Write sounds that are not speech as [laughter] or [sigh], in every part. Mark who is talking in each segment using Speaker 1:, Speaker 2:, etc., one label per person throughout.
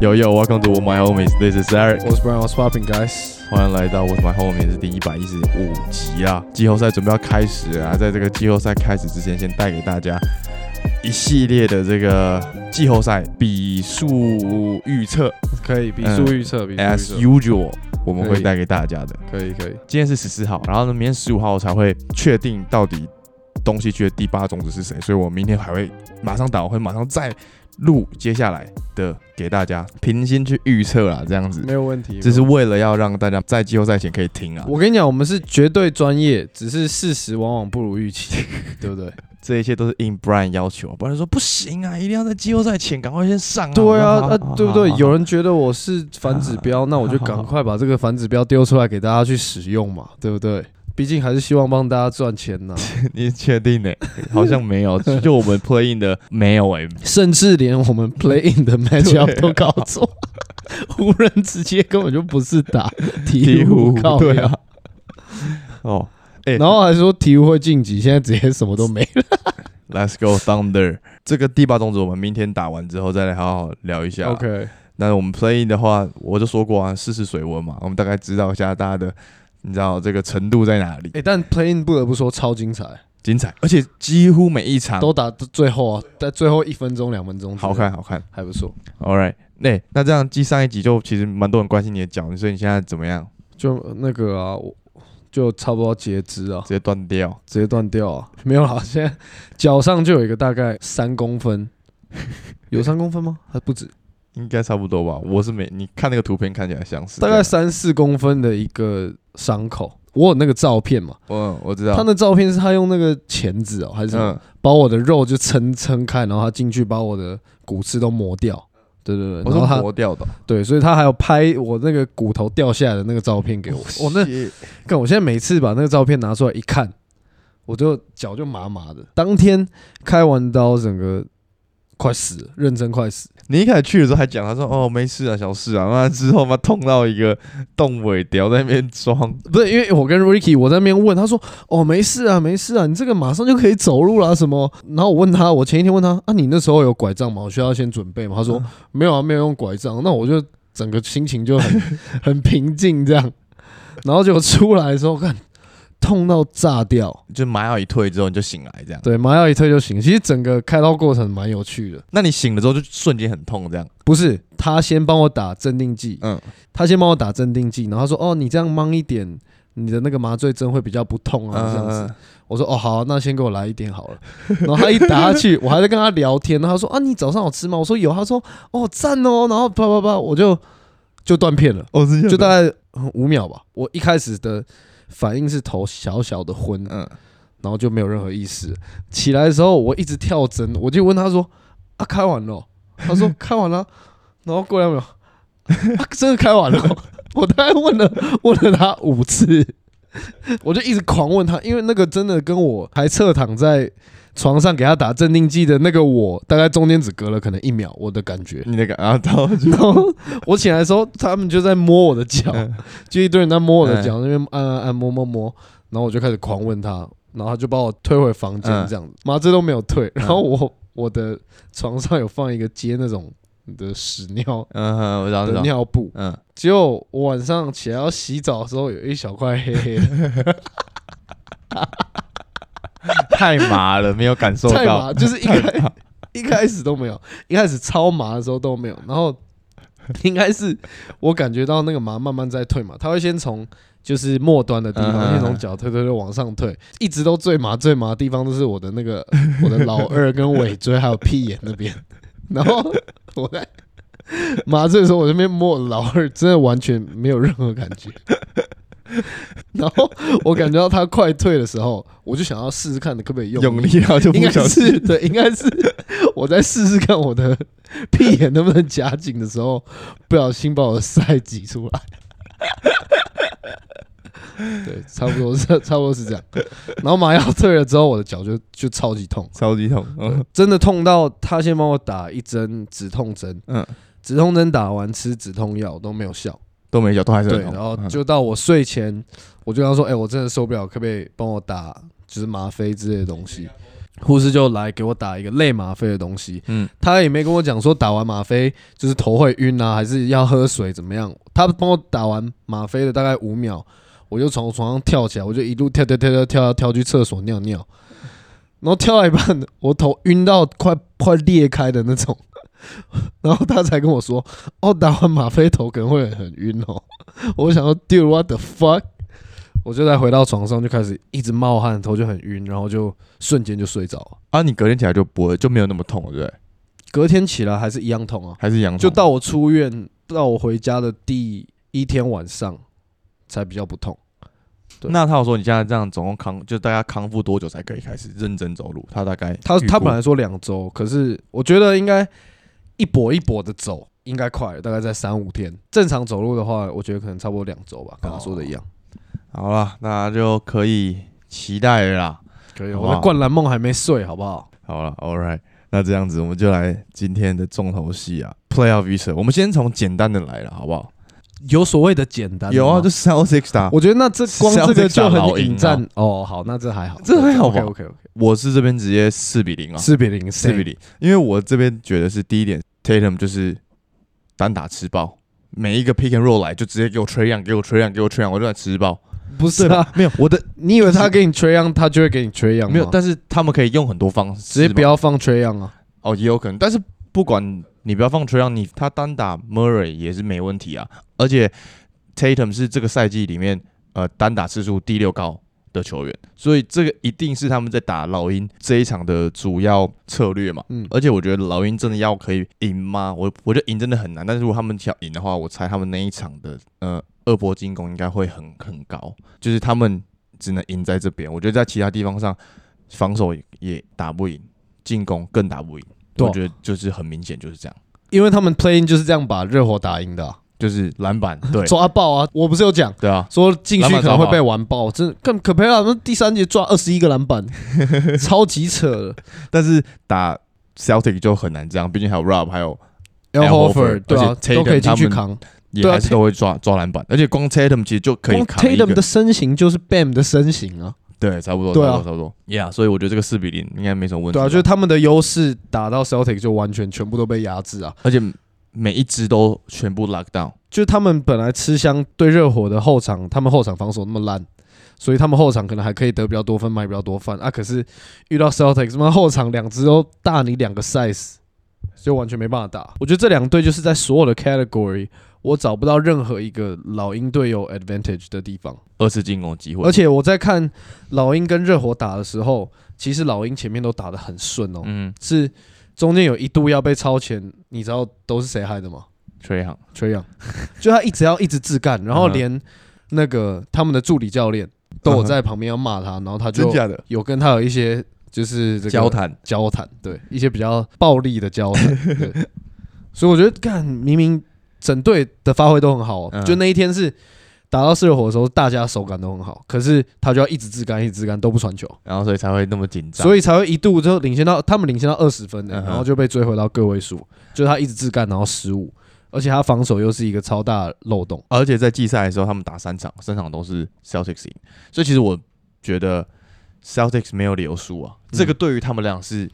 Speaker 1: 有有，我要刚读我 My Homies，This is Eric，
Speaker 2: 我是 Brian，我是 Popping Guys。
Speaker 1: 欢迎来到我 My Homies 是第一百一十五集啊！季后赛准备要开始啊，在这个季后赛开始之前，先带给大家一系列的这个季后赛比数预测
Speaker 2: 可以，比数预测，比
Speaker 1: ，as
Speaker 2: 数预测，
Speaker 1: usual，我们
Speaker 2: 可
Speaker 1: 会
Speaker 2: 以
Speaker 1: 带给大家的。
Speaker 2: 可以可以。
Speaker 1: 今天是十四号，然后呢，明天十五号我才会确定到底东西区的第八种子是谁，所以我明天还会马上打，我会马上再录接下来的给大家平心去预测啦，这样子
Speaker 2: 没。有问题。
Speaker 1: 这是为了要让大家在季后赛前可以听啊，
Speaker 2: 我跟你讲，我们是绝对专业，只是事实往往不如预 [laughs] 期，对不对？
Speaker 1: 这一切都是应 Brian 要求，不然说不行啊，一定要在季后赛前赶快先上、啊。
Speaker 2: 对啊，
Speaker 1: 好
Speaker 2: 呃，对不
Speaker 1: 好
Speaker 2: 对？有。
Speaker 1: 好好好好
Speaker 2: 人觉得我是反指标，那我就赶快把这个反指标丢出来给大家去使用 [laughs] 嘛，对不对？毕竟还是希望帮大家赚钱呐、
Speaker 1: [laughs] 你确定呢、 [laughs] 好像没有，就我们 playing 的没有
Speaker 2: [laughs]
Speaker 1: 哎、
Speaker 2: [laughs] 甚至连我们 play in 的 matchup 都搞 [laughs] 错，湖人直接根本就不是打 [laughs] 鹈鹕，靠
Speaker 1: 对
Speaker 2: 呀
Speaker 1: 啊。 [laughs] 哦、欸
Speaker 2: 然后还说鹈鹕会晋级，现在直接什么都没了。
Speaker 1: l e t s go Thunder！这个第八种子我们明天打完之后再来好好聊一下。
Speaker 2: OK，
Speaker 1: 那我们 playing 的话，我就说过啊，试试水温嘛，我们大概知道一下大家的，你知道这个程度在哪里，
Speaker 2: 哎，但 playing 不得不说超精彩，
Speaker 1: 精彩，而且几乎每一场
Speaker 2: 都打到最后啊，在最后一分钟、两分钟之内
Speaker 1: 好看，好看。
Speaker 2: 还不错。
Speaker 1: All right，那、那这样，继上一集就其实蛮多人关心你的脚，所以你现在怎么样？
Speaker 2: 就那个啊，我就差不多截肢啊，
Speaker 1: 直接断掉？
Speaker 2: 直接断掉啊， [laughs] 没有啦，现在脚上就有一个大概三公
Speaker 1: [laughs]
Speaker 2: 分，有三公分吗？还不止，
Speaker 1: 应该差不多吧？我是没，你看那个图片看起来像是
Speaker 2: 大概，三四公分的一个伤口。我有那个照片嘛，
Speaker 1: 嗯，我知道，
Speaker 2: 他那照片是他用那个钳子哦、还是什么？
Speaker 1: 嗯，
Speaker 2: 把我的肉就撑撑开，然后他进去把我的骨刺都磨掉。对对
Speaker 1: 我
Speaker 2: 对，然后
Speaker 1: 说
Speaker 2: 他
Speaker 1: 磨掉的，
Speaker 2: 对，所以他还有拍我那个骨头掉下来的那个照片给
Speaker 1: 哦
Speaker 2: 我。 [laughs] 我、那看，我现在每次把那个照片拿出来一看，我就脚就麻麻的。当天开完刀，整个快死了，认真快死。
Speaker 1: 你一开始去的时候还讲，他说哦没事啊，小事啊，妈之后妈痛到一个洞尾屌在那边装，
Speaker 2: 不是因为我跟 Ricky 我在那边问，他说哦没事啊没事啊，你这个马上就可以走路啦、什么？然后我问他，我前一天问他啊你那时候有拐杖吗？我需要先准备吗？他说
Speaker 1: 嗯
Speaker 2: 没有啊，没有用拐杖，那我就整个心情就很很平静这样，然后就出来的时候看痛到炸掉，
Speaker 1: 就麻药一退之后你就醒来这样，
Speaker 2: 对，麻药一退就醒。其实整个开刀过程蛮有趣的，
Speaker 1: 那你醒了之后就瞬间很痛这样，
Speaker 2: 不是他先帮我打镇定剂，
Speaker 1: 嗯，
Speaker 2: 他先帮我打镇定剂，然后他说哦你这样mang 一点，你的那个麻醉针会比较不痛啊这样子。
Speaker 1: 嗯，
Speaker 2: 我说哦好、那先给我来一点好了。然后他一打下去，我还在跟他聊天，然后他说啊你早上有吃吗？我说有，他说哦赞哦，然后叭叭叭，我就就断片了，
Speaker 1: 我是
Speaker 2: 就大概嗯五秒吧。我一开始的反应是头小小的昏，
Speaker 1: 嗯，
Speaker 2: 然后就没有任何意识。起来的时候我一直跳针，我就问他说啊开完了哦？他说开完了，然后过两秒啊真的开完了 [laughs] 哦，我大概问了问了他五次。我就一直狂问他，因为那个真的跟我还侧躺在床上给他打镇定剂的那个我，大概中间只隔了可能一秒，我的感觉。
Speaker 1: 你的感啊，然后就
Speaker 2: [laughs] 然后我起来的时候，他们就在摸我的脚，
Speaker 1: 嗯
Speaker 2: 就一堆人在摸我的脚，那边按按按摸摸摸，然后我就开始狂问他，然后他就把我推回房间
Speaker 1: 嗯
Speaker 2: 这样子，麻醉都没有退，然后我我的床上有放一个接那种你的屎尿
Speaker 1: 嗯哼，我知道，知
Speaker 2: 的
Speaker 1: 道，
Speaker 2: 尿布，
Speaker 1: 嗯，
Speaker 2: 结果我晚上起来要洗澡的时候，有一小块黑
Speaker 1: [laughs]
Speaker 2: 黑的，
Speaker 1: 太麻了，没有感受
Speaker 2: 太
Speaker 1: 到
Speaker 2: 麻，，就是
Speaker 1: [laughs]
Speaker 2: 一开一开始都没有，一开始超麻的时候都没有，然后
Speaker 1: [laughs]
Speaker 2: 应该是我感觉到那个麻慢慢在退嘛，它会先从就是末端的地
Speaker 1: 嗯嗯嗯
Speaker 2: 方，先从脚退退退往上退，一直都最麻最麻的地方都是我的那个 [laughs] 我的老二跟尾椎还有屁眼那边， [laughs] 然后我在。麻醉的时候，我这边摸我老二，真的完全没有任何感觉。 [laughs] 然后我感觉到他快退的时候，我就想要试试看，可不可以用
Speaker 1: 用力然后就不
Speaker 2: [laughs] 应该
Speaker 1: 小心，
Speaker 2: 是对，应该是我在试试看
Speaker 1: [laughs]
Speaker 2: 我的屁眼能不能夹紧的时候，不小心把我的塞挤出来。对，差不多是差不多是这样。然后麻药退了之后，我的脚就就超级痛，
Speaker 1: 超级痛，嗯
Speaker 2: 真的痛到他先帮我打一针止痛针，
Speaker 1: 嗯，
Speaker 2: 止痛针打完吃止痛药都没有效。
Speaker 1: 都没脚，都还是
Speaker 2: 对，
Speaker 1: 很痛，
Speaker 2: 然后
Speaker 1: 嗯
Speaker 2: 就到我睡前，我就跟他说：“哎、我真的受不了，可不可以帮我打就是吗啡之类的东西？”护士就来给我打一个类吗啡的东西，
Speaker 1: 嗯，
Speaker 2: 他也没跟我讲说打完吗啡就是头会晕啊，还是要喝水怎么样。他帮我打完吗啡的大概五秒，我就从床上跳起来，我就一路跳跳跳跳跳跳去厕所尿尿，然后跳到一半，我头晕到快快裂开的那种， [laughs] 然后他才跟我说，哦，打完吗啡头可能会很晕哦。我想要 do what the fuck。我就再回到床上，就开始一直冒汗，头就很晕，然后就瞬间就睡着了。
Speaker 1: 啊，你隔天起来就不会就没有那么痛了，对不对？
Speaker 2: 隔天起来还是一样痛啊，
Speaker 1: 还是痒？
Speaker 2: 就到我出院到我回家的第一天晚上才比较不痛。对
Speaker 1: 那他有说你现在这样总共康就大概康复多久才可以开始认真走路？他大概
Speaker 2: 他
Speaker 1: 预
Speaker 2: 他
Speaker 1: 估
Speaker 2: 本来说两周，可是我觉得应该一跛一跛的走，应该快了，大概在三五天。正常走路的话，我觉得可能差不多两周吧，跟他说的一样。
Speaker 1: 好了，那就可以期待了啦。
Speaker 2: 可以，
Speaker 1: 好
Speaker 2: 我
Speaker 1: 吧
Speaker 2: 的灌篮梦还没睡，好不好？
Speaker 1: 好了，All right，那这样子我们就来今天的重头戏啊，Playoff Visa。我们先从简单的来了，好不好？
Speaker 2: 有所谓的简单，
Speaker 1: 有啊，就是 Celtics 打。我
Speaker 2: 我觉得那这光这个就
Speaker 1: Celtics 打老
Speaker 2: 很
Speaker 1: 鹰啊
Speaker 2: 引战哦。好，那这还好，
Speaker 1: 这还好吧
Speaker 2: OK OK，
Speaker 1: 我是这边直接四比零啊，
Speaker 2: 四比零，
Speaker 1: 四比零。因为我这边觉得是第一点，Tatum 就是单打吃爆，每一个 pick and roll 来就直接给我吹样，给我吹样，给我吹样，我就来吃爆。
Speaker 2: 不是啊？
Speaker 1: 没有我的
Speaker 2: 你以为他给你吹样，他就会给你吹样吗？
Speaker 1: 没有，但是他们可以用很多方式嘛，
Speaker 2: 直接不要放吹样啊。
Speaker 1: 哦，也有可能，但是不管你不要放吹让你他单打 Murray 也是没问题啊。而且 Tatum 是这个赛季里面呃单打次数第六高的球员，所以这个一定是他们在打老鹰这一场的主要策略嘛。
Speaker 2: 嗯，
Speaker 1: 而且我觉得老鹰真的要可以赢吗？我我觉得赢真的很难，但是如果他们想赢的话，我猜他们那一场的呃二波进攻应该会很很高，就是他们只能赢在这边。我觉得在其他地方上防守也也打不赢，进攻更打不赢。
Speaker 2: 对啊
Speaker 1: 我觉得就是很明显就是这样，
Speaker 2: 因为他们 playing 就是这样把热火打赢的啊、
Speaker 1: 就是篮
Speaker 2: [laughs]
Speaker 1: 板对
Speaker 2: 抓爆啊！我不是有讲
Speaker 1: 对啊，
Speaker 2: 说禁区
Speaker 1: 篮板
Speaker 2: 可
Speaker 1: 抓
Speaker 2: 能
Speaker 1: 爆
Speaker 2: 会被完爆，真的更可佩了。那第三节抓二十一个
Speaker 1: [laughs]
Speaker 2: 篮板，超级扯的。
Speaker 1: 但是打 Celtic 就很难这样，毕竟还有 Rob 还有 Al
Speaker 2: Al
Speaker 1: Horford，
Speaker 2: Horford 对啊
Speaker 1: 而，且 Tatum
Speaker 2: 都可以进去扛。
Speaker 1: 也
Speaker 2: 对啊
Speaker 1: 还是都会抓抓篮板，而且光 Tatum 其实就可以
Speaker 2: 光
Speaker 1: 扛一个
Speaker 2: Tatum 的身形就是 Bam 的身形啊，
Speaker 1: 对，差不多，
Speaker 2: 对
Speaker 1: 差
Speaker 2: 啊
Speaker 1: 不多，差不多，Yeah，所以我觉得这个四比零应该没什么问题
Speaker 2: 对
Speaker 1: 吧。
Speaker 2: 啊，就是他们的优势打到 Celtic 就完全全部都被压制啊。
Speaker 1: 而且每一支都全部 lock down，
Speaker 2: 就是他们本来吃香对热火的后场，他们后场防守那么烂，所以他们后场可能还可以得比较多分，买比较多饭啊。可是遇到 Celtics，他妈后场两支都大你两个 size，就完全没办法打。我觉得这两队就是在所有的 category，我找不到任何一个老鹰队有 advantage 的地方。
Speaker 1: 二次进攻机会，
Speaker 2: 而且我在看老鹰跟热火打的时候，其实老鹰前面都打得很顺哦，
Speaker 1: 嗯，
Speaker 2: 是中间有一度要被超前，你知道都是谁害的吗？
Speaker 1: 吹行，
Speaker 2: 缺氧，就他一直要一直自干，
Speaker 1: 嗯
Speaker 2: 然后连那个他们的助理教练都有在旁边要骂他，然后他就
Speaker 1: 的
Speaker 2: 有跟他有一些就是这个
Speaker 1: 交谈，
Speaker 2: 交谈，对一些比较暴力的交谈，
Speaker 1: [laughs]
Speaker 2: 对所以我觉得干明明整队的发挥都很好哦、
Speaker 1: 嗯
Speaker 2: 就那一天是打到四热火的时候，大家手感都很好，可是他就要一直自干，一直自干都不传球，
Speaker 1: 然后所以才会那么紧张，
Speaker 2: 所以才会一度就领先到他们领先到二十分的、欸
Speaker 1: 嗯哼
Speaker 2: 然后就被追回到个位数，就是他一直自干，然后失误，而且他防守又是一个超大的漏洞。
Speaker 1: 而且在季赛的时候，他们打三场，三场都是 Celtics 赢，所以其实我觉得 Celtics 没有理由输啊，
Speaker 2: 嗯
Speaker 1: 这个对于他们俩是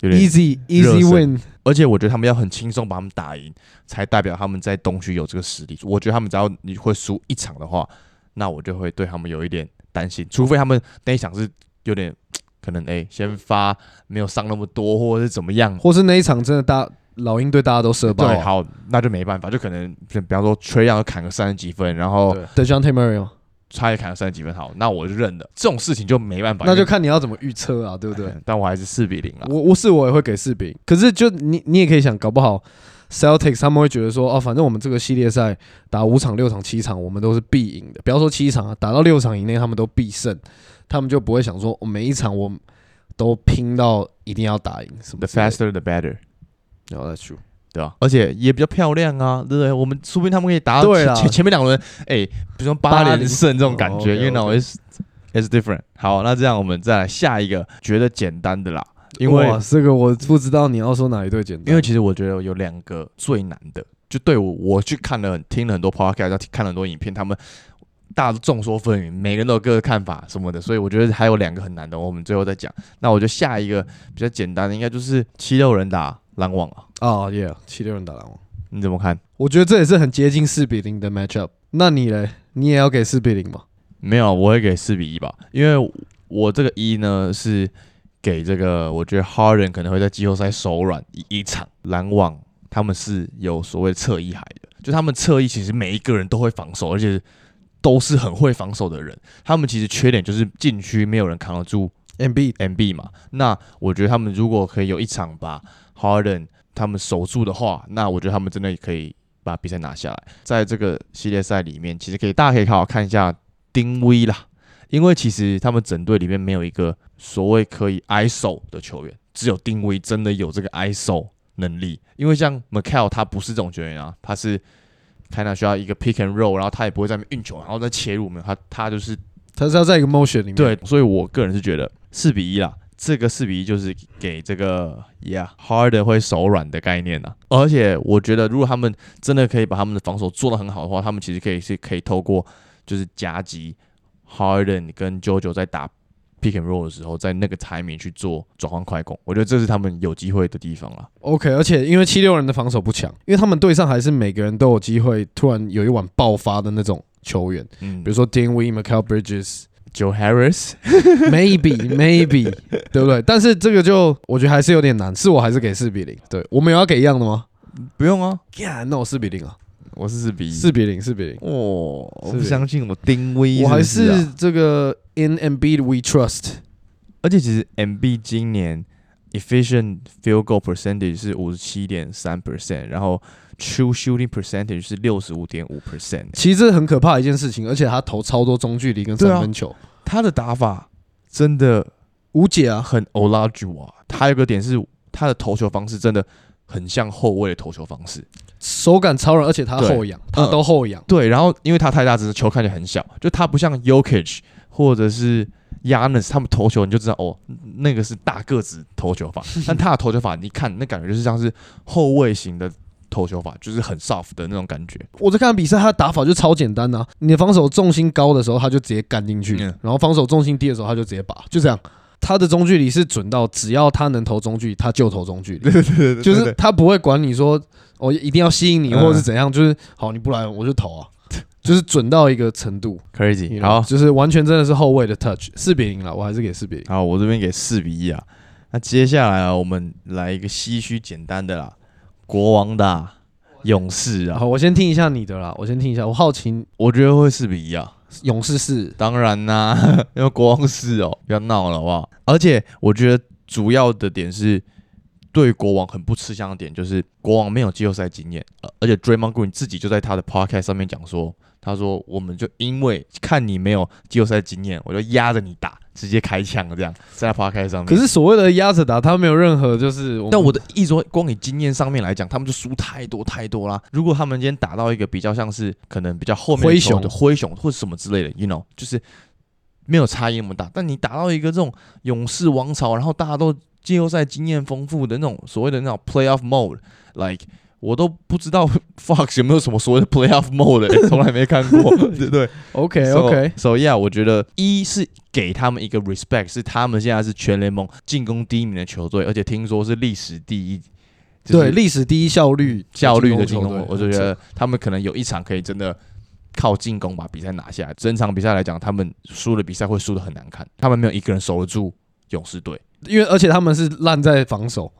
Speaker 1: 有点，
Speaker 2: Easy
Speaker 1: 热
Speaker 2: easy
Speaker 1: 身
Speaker 2: win，
Speaker 1: 而且我觉得他们要很轻松把他们打赢，才代表他们在东区有这个实力。我觉得他们只要你会输一场的话，那我就会对他们有一点担心，除非他们那一场是有点可能哎、先发没有上那么多，或者是怎么样，
Speaker 2: 或是那一场真的大老鹰队大家都射爆、啊
Speaker 1: 对，好，那就没办法，就可能就比方说崔杨砍个三十几分，然后
Speaker 2: 对 j o h n t a m r i 嘛，
Speaker 1: 他也砍个三十几分，好，那我就认了，这种事情就没办法，
Speaker 2: 那就
Speaker 1: 因为
Speaker 2: 看你要怎么预测啊，对不对？
Speaker 1: 但我还是四比零了，
Speaker 2: 我我是我也会给四饼，可是就你你也可以想，搞不好 Celtics 他们会觉得说，哦，反正我们这个系列赛打五场、六场、七场，我们都是必赢的。不要说七场啊，打到六场以内他们都必胜，他们就不会想说，我哦每一场我都拼到一定要打赢什么
Speaker 1: The
Speaker 2: 之类
Speaker 1: faster the
Speaker 2: 的。
Speaker 1: better，
Speaker 2: 然后再出，
Speaker 1: 对吧、而且也比较漂亮啊，对不对？我们说不定他们可以打到
Speaker 2: 对
Speaker 1: 前
Speaker 2: 啦
Speaker 1: 前前面两轮，哎、比如说八
Speaker 2: 八零
Speaker 1: 连胜这种感觉，
Speaker 2: 哦，OK，
Speaker 1: 因为那我
Speaker 2: OK
Speaker 1: is is different。好，那这样我们再来下一个觉得简单的啦，因为
Speaker 2: 哇这个我不知道你要说哪一队简单，
Speaker 1: 因为其实我觉得有两个最难的，就对我我去看了很听了很多 podcast，然后看了很多影片，他们大家众说纷纭，每个人都有各个看法什么的，所以我觉得还有两个很难的，我们最后再讲。那我觉得下一个比较简单的，应该就是七六人打篮网啊，
Speaker 2: 哦耶，七六人打篮网，
Speaker 1: 你怎么看？
Speaker 2: 我觉得这也是很接近四比零的 matchup。那你嘞，你也要给四比零吗？
Speaker 1: 没有，我会给四比一吧，因为我这个一呢是给这个，我觉得 Harden 可能会在季后赛手软一一场，篮网他们是有所谓侧翼海的，就他们侧翼其实每一个人都会防守，而且都是很会防守的人，他们其实缺点就是禁区没有人扛得住
Speaker 2: M B
Speaker 1: MB 嘛，那我觉得他们如果可以有一场把 Harden 他们守住的话，那我觉得他们真的可以把比赛拿下来。在这个系列赛里面，其实可以大家可以好好看一下丁威啦，因为其实他们整队里面没有一个所谓可以 ISO 的球员，只有丁威真的有这个 ISO 能力。因为像 m c a l 他不是这种球员啊，他是开纳需要一个 pick and roll，然后他也不会在那边运球，然后再切入，没有他他就是
Speaker 2: 他是要在一个 motion 里面。
Speaker 1: 对，所以我个人是觉得四比一啦，这个四比一就是给这个 Yeah Harden 会手软的概念呐、而且我觉得，如果他们真的可以把他们的防守做得很好的话，他们其实可以是可以透过就是夹击 Harden 跟 JoJo 在打 pick and roll 的时候，在那个 timing 去做转换快攻，我觉得这是他们有机会的地方啦。
Speaker 2: OK，而且因为七六人的防守不强，因为他们队上还是每个人都有机会突然有一晚爆发的那种球员，
Speaker 1: 嗯，
Speaker 2: 比
Speaker 1: 比如
Speaker 2: 如说 Dean w e e m i c a e l [laughs] Bridges，maybe
Speaker 1: Joe Harris，
Speaker 2: maybe，对不对？但是这个就我觉得还是有点难，是我还是给四比零。对，我们有要给一样的吗
Speaker 1: 不用啊，
Speaker 2: ？Yeah，那我四比零啊，
Speaker 1: 我是四比一。
Speaker 2: 四比零，四比零。
Speaker 1: 哦，我
Speaker 2: 是
Speaker 1: 不相信我丁威、
Speaker 2: 我还
Speaker 1: 是啊
Speaker 2: 是这个 In and Beat We Trust，
Speaker 1: 而且其实 MB 今年 efficient field goal percentage 是五十七点三 percent，然后 true shooting percentage 是六十五点五 percent。
Speaker 2: 其实这很可怕的一件事情，而且他投超多中距离跟
Speaker 1: 对啊
Speaker 2: 三分球，
Speaker 1: 他的打法真的
Speaker 2: 无解啊。
Speaker 1: 很 o l a j u 啊，他有个点是他的投球方式真的很像后卫的投球方式。
Speaker 2: 手感超人，而且他
Speaker 1: 对
Speaker 2: 后仰，他
Speaker 1: 嗯
Speaker 2: 都后仰。
Speaker 1: 对，然后因为他太大只，球看起来很小，就他不像 Yokich 或者是 Yanis 他们投球，你就知道哦，那个是大个子投球 [laughs] 法，但他的投球法，你看那感觉就是像是后卫型的投球法，就是很 soft 的那种感觉。
Speaker 2: 我在看比赛，他的打法就超简单呐、你的防守重心高的时候，他就直接干进去
Speaker 1: 嗯；
Speaker 2: 然后防守重心低的时候，他就直接拔，就这样。他的中距离是准到，只要他能投中距，他就投中距离，就是他不会管你说哦一定要吸引你
Speaker 1: 嗯
Speaker 2: 或者是怎样，就是好你不来我就投啊，就是准到一个程度。
Speaker 1: crazy。好，
Speaker 2: 就是完全真的是后卫的 touch，四比零了，我还是给四比零。
Speaker 1: 好，我这边给四比一啊。那接下来啊，我们来一个唏嘘简单的啦，国王打勇士啊
Speaker 2: 好，，我先听一下你的啦，我先听一下，我好奇
Speaker 1: 我觉得会四比一啊。
Speaker 2: 勇士是
Speaker 1: 当然啦、 [laughs] 因为国王是哦，不要闹了好不好？而且我觉得主要的点是，对国王很不吃香的点就是国王没有季后赛经验，呃而且 Draymond Green 自己就在他的 podcast 上面讲说，他说我们就因为看你没有季后赛经验，我就压着你打，直接开枪这样，在他 podcast 上面。
Speaker 2: 可是所谓的压着打，他没有任何就是们
Speaker 1: 那我的意思说，光以经验上面来讲，他们就输太多太多啦。如果他们今天打到一个比较像是可能比较后面的
Speaker 2: 灰
Speaker 1: 球队
Speaker 2: 熊
Speaker 1: 灰熊或者什么之类的，you know，就是没有差异那么大。但你打到一个这种勇士王朝，然后大家都季后赛经验丰富的那种所谓的那种 playoff mode，like。我都不知道 [laughs] Fox 有没有什么所谓的 playoff mode，、欸、从来没看过， [laughs] 对不对？
Speaker 2: OK OK，
Speaker 1: So, so yeah，我觉得一是给他们一个 respect，是他们现在是全联盟进攻第一名的球队，而且听说是历史第一，就是
Speaker 2: 对，历史第一效率
Speaker 1: 效率的进
Speaker 2: 球
Speaker 1: 攻
Speaker 2: 队，
Speaker 1: 我就觉得他们可能有一场可以真的靠进攻把比赛拿下来。整场比赛来讲，他们输的比赛会输的很难看，他们没有一个人守得住勇士队。
Speaker 2: 因为而且他们是烂在
Speaker 1: [laughs]
Speaker 2: 防守，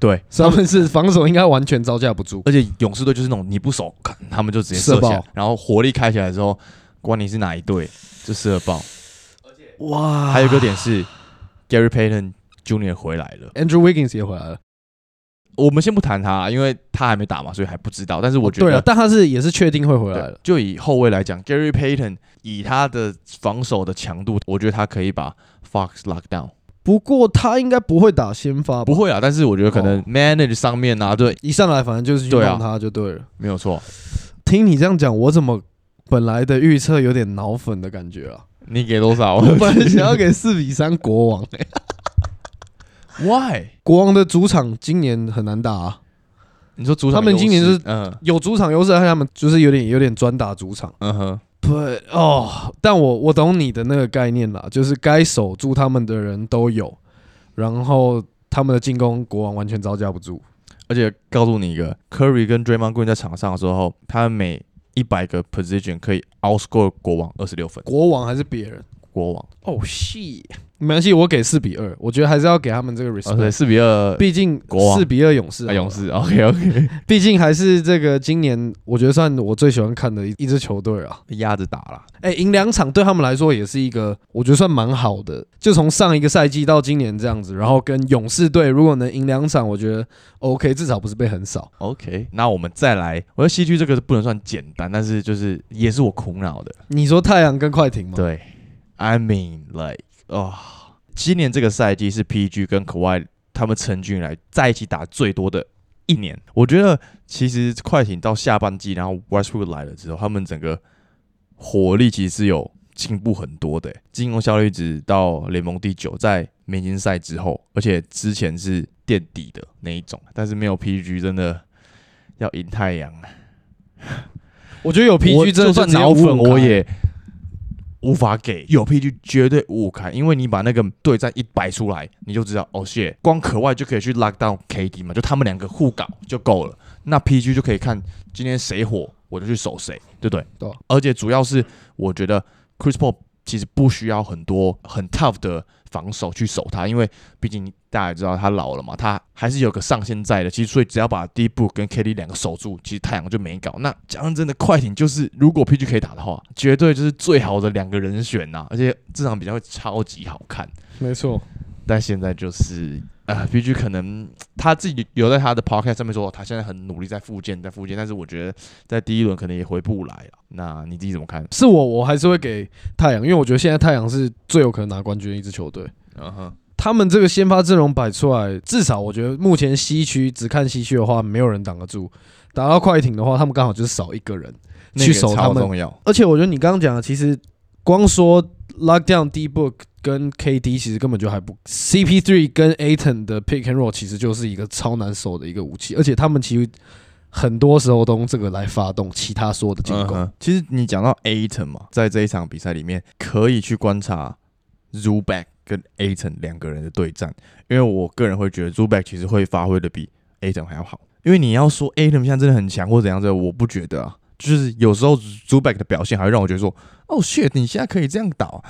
Speaker 1: 对，
Speaker 2: 所以他们是防守应该完全招架
Speaker 1: [laughs]
Speaker 2: 不住。
Speaker 1: 而且勇士队就是那种你不守，看他们就直接射下
Speaker 2: 射爆
Speaker 1: 来，然后火力开起来之后，管你是哪一队，就射爆。
Speaker 2: 啊哇
Speaker 1: 还有一个点是 Gary Payton Jr. 回来了。
Speaker 2: Andrew Wiggins 也回来了，
Speaker 1: 我们先不谈他，因为他还没打嘛，所以还不知道。但是我觉
Speaker 2: 对啊
Speaker 1: 得，，
Speaker 2: 但他是也是确定会回来了。
Speaker 1: 就以后卫来讲，Gary Payton 以他的防守的强度，我觉得他可以把 Fox lock down。
Speaker 2: 不过他应该不会打先发吧，
Speaker 1: 不会啊，但是我觉得可能
Speaker 2: 哦
Speaker 1: manage 上面啊，对，
Speaker 2: 一上来反正就是去
Speaker 1: 对啊
Speaker 2: 弄他就对了。
Speaker 1: 没有错。
Speaker 2: 听你这样讲，我怎么本来的预测有点脑粉的感觉
Speaker 1: [laughs]
Speaker 2: 啊？
Speaker 1: 你给多少
Speaker 2: [laughs] 我本来想要给四比三国王，
Speaker 1: [laughs]
Speaker 2: 欸
Speaker 1: ？Why？
Speaker 2: 国王的主场今年很难打啊，
Speaker 1: 你说主场
Speaker 2: 他们今年
Speaker 1: 优势
Speaker 2: 是
Speaker 1: 嗯
Speaker 2: 有主场优势，但他们就是有点有点专打主场。
Speaker 1: 嗯哼，
Speaker 2: 不哦，但我我懂你的那个概念啦，就是该守住他们的人都有，然后他们的进攻国王完全招架不住。
Speaker 1: 而且告诉你一个，Curry 跟 Draymond Green 在场上的时候，他每一百个 position 可以 outscore 国王二十六分。
Speaker 2: 国王还是别人？
Speaker 1: 国王，
Speaker 2: 哦，是，没关系，我给四比二，我觉得还是要给他们这个
Speaker 1: 哦对，
Speaker 2: respect，
Speaker 1: 四比
Speaker 2: [laughs]
Speaker 1: 二，
Speaker 2: 毕竟
Speaker 1: 国王
Speaker 2: 四比二勇士好
Speaker 1: 啊
Speaker 2: 了，
Speaker 1: 勇士，OK OK，
Speaker 2: 毕竟还是这个今年我觉得算我最喜欢看的一一支球队啊。
Speaker 1: 鸭子打了，
Speaker 2: 哎、赢两场对他们来说也是一个，我觉得算蛮好的。就从上一个赛季到今年这样子，然后跟勇士队如果能赢两场，我觉得 OK，至少不是被很少。
Speaker 1: OK，那我们再来，我觉得西区这个不能算简单，但是就是也是我苦恼的。
Speaker 2: 你说太阳跟快艇吗？
Speaker 1: 对，I mean like 哦，今年这个赛季是 PG 跟 Kawhi 他们成军以来在一起打最多的一年。我觉得其实快艇到下半季，然后 Westbrook 来了之后，他们整个火力其实是有进步很多的，进攻效率值到联盟第九，在明星赛之后，而且之前是垫底的那一种，但是没有 PG 真的要赢太阳啊。
Speaker 2: 我觉得有
Speaker 1: 我
Speaker 2: PG 真
Speaker 1: 就
Speaker 2: 的
Speaker 1: 算
Speaker 2: 直接
Speaker 1: 脑粉
Speaker 2: 五五开
Speaker 1: 我也无法给有 PG 绝对五五开，因为你把那个对战一摆出来，你就知道哦，谢光可外就可以去 lock down KD 嘛，就他们两个互搞就够了。那 PG 就可以看今天谁火，我就去守谁，对不对？
Speaker 2: 对啊
Speaker 1: 而且主要是我觉得 Chris Paul 其实不需要很多很 tough 的防守去守他，因为毕竟大家也知道他老了嘛，他还是有个上限在的。其实所以只要把 D b o o 跟 KD 两个守住，其实太阳就没搞。那讲真的，快艇就是如果 PG 可以打的话，绝对就是最好的两个人选呐、而且这场比赛会超级好看。
Speaker 2: 没错，
Speaker 1: 但现在就是啊、b g 可能他自己有在他的 podcast 上面说，他现在很努力在复健，在复健，但是我觉得在第一轮可能也回不来了。那你自己怎么看？
Speaker 2: 是我我还是会给太阳，因为我觉得现在太阳是最有可能拿冠军的一支球队。
Speaker 1: 嗯哼，
Speaker 2: 他们这个先发阵容摆出来，至少我觉得目前西区只看西区的话，没有人挡得住。打到快艇的话，他们刚好就是少一个人。去守他
Speaker 1: 超
Speaker 2: 们
Speaker 1: 重要。
Speaker 2: 而且我觉得你刚刚讲的，其实光说 Lockdown D Book 跟 KD 其实根本就还不 CP3 跟 Aton 的 Pick and Roll 其实就是一个超难守的一个武器，而且他们其实很多时候都用这个来发动其他所有的进攻。
Speaker 1: 嗯哼其实你讲到 Aton 嘛，在这一场比赛里面，可以去观察 Zuback 跟 Aton 两个人的对战，因为我个人会觉得 Zuback 其实会发挥的比 Aton 还要好。因为你要说 Aton 现在真的很强或怎样子，我不觉得啊。就是有时候 Zuback 的表现还会让我觉得说，哦 shit，你现在可以这样打啊、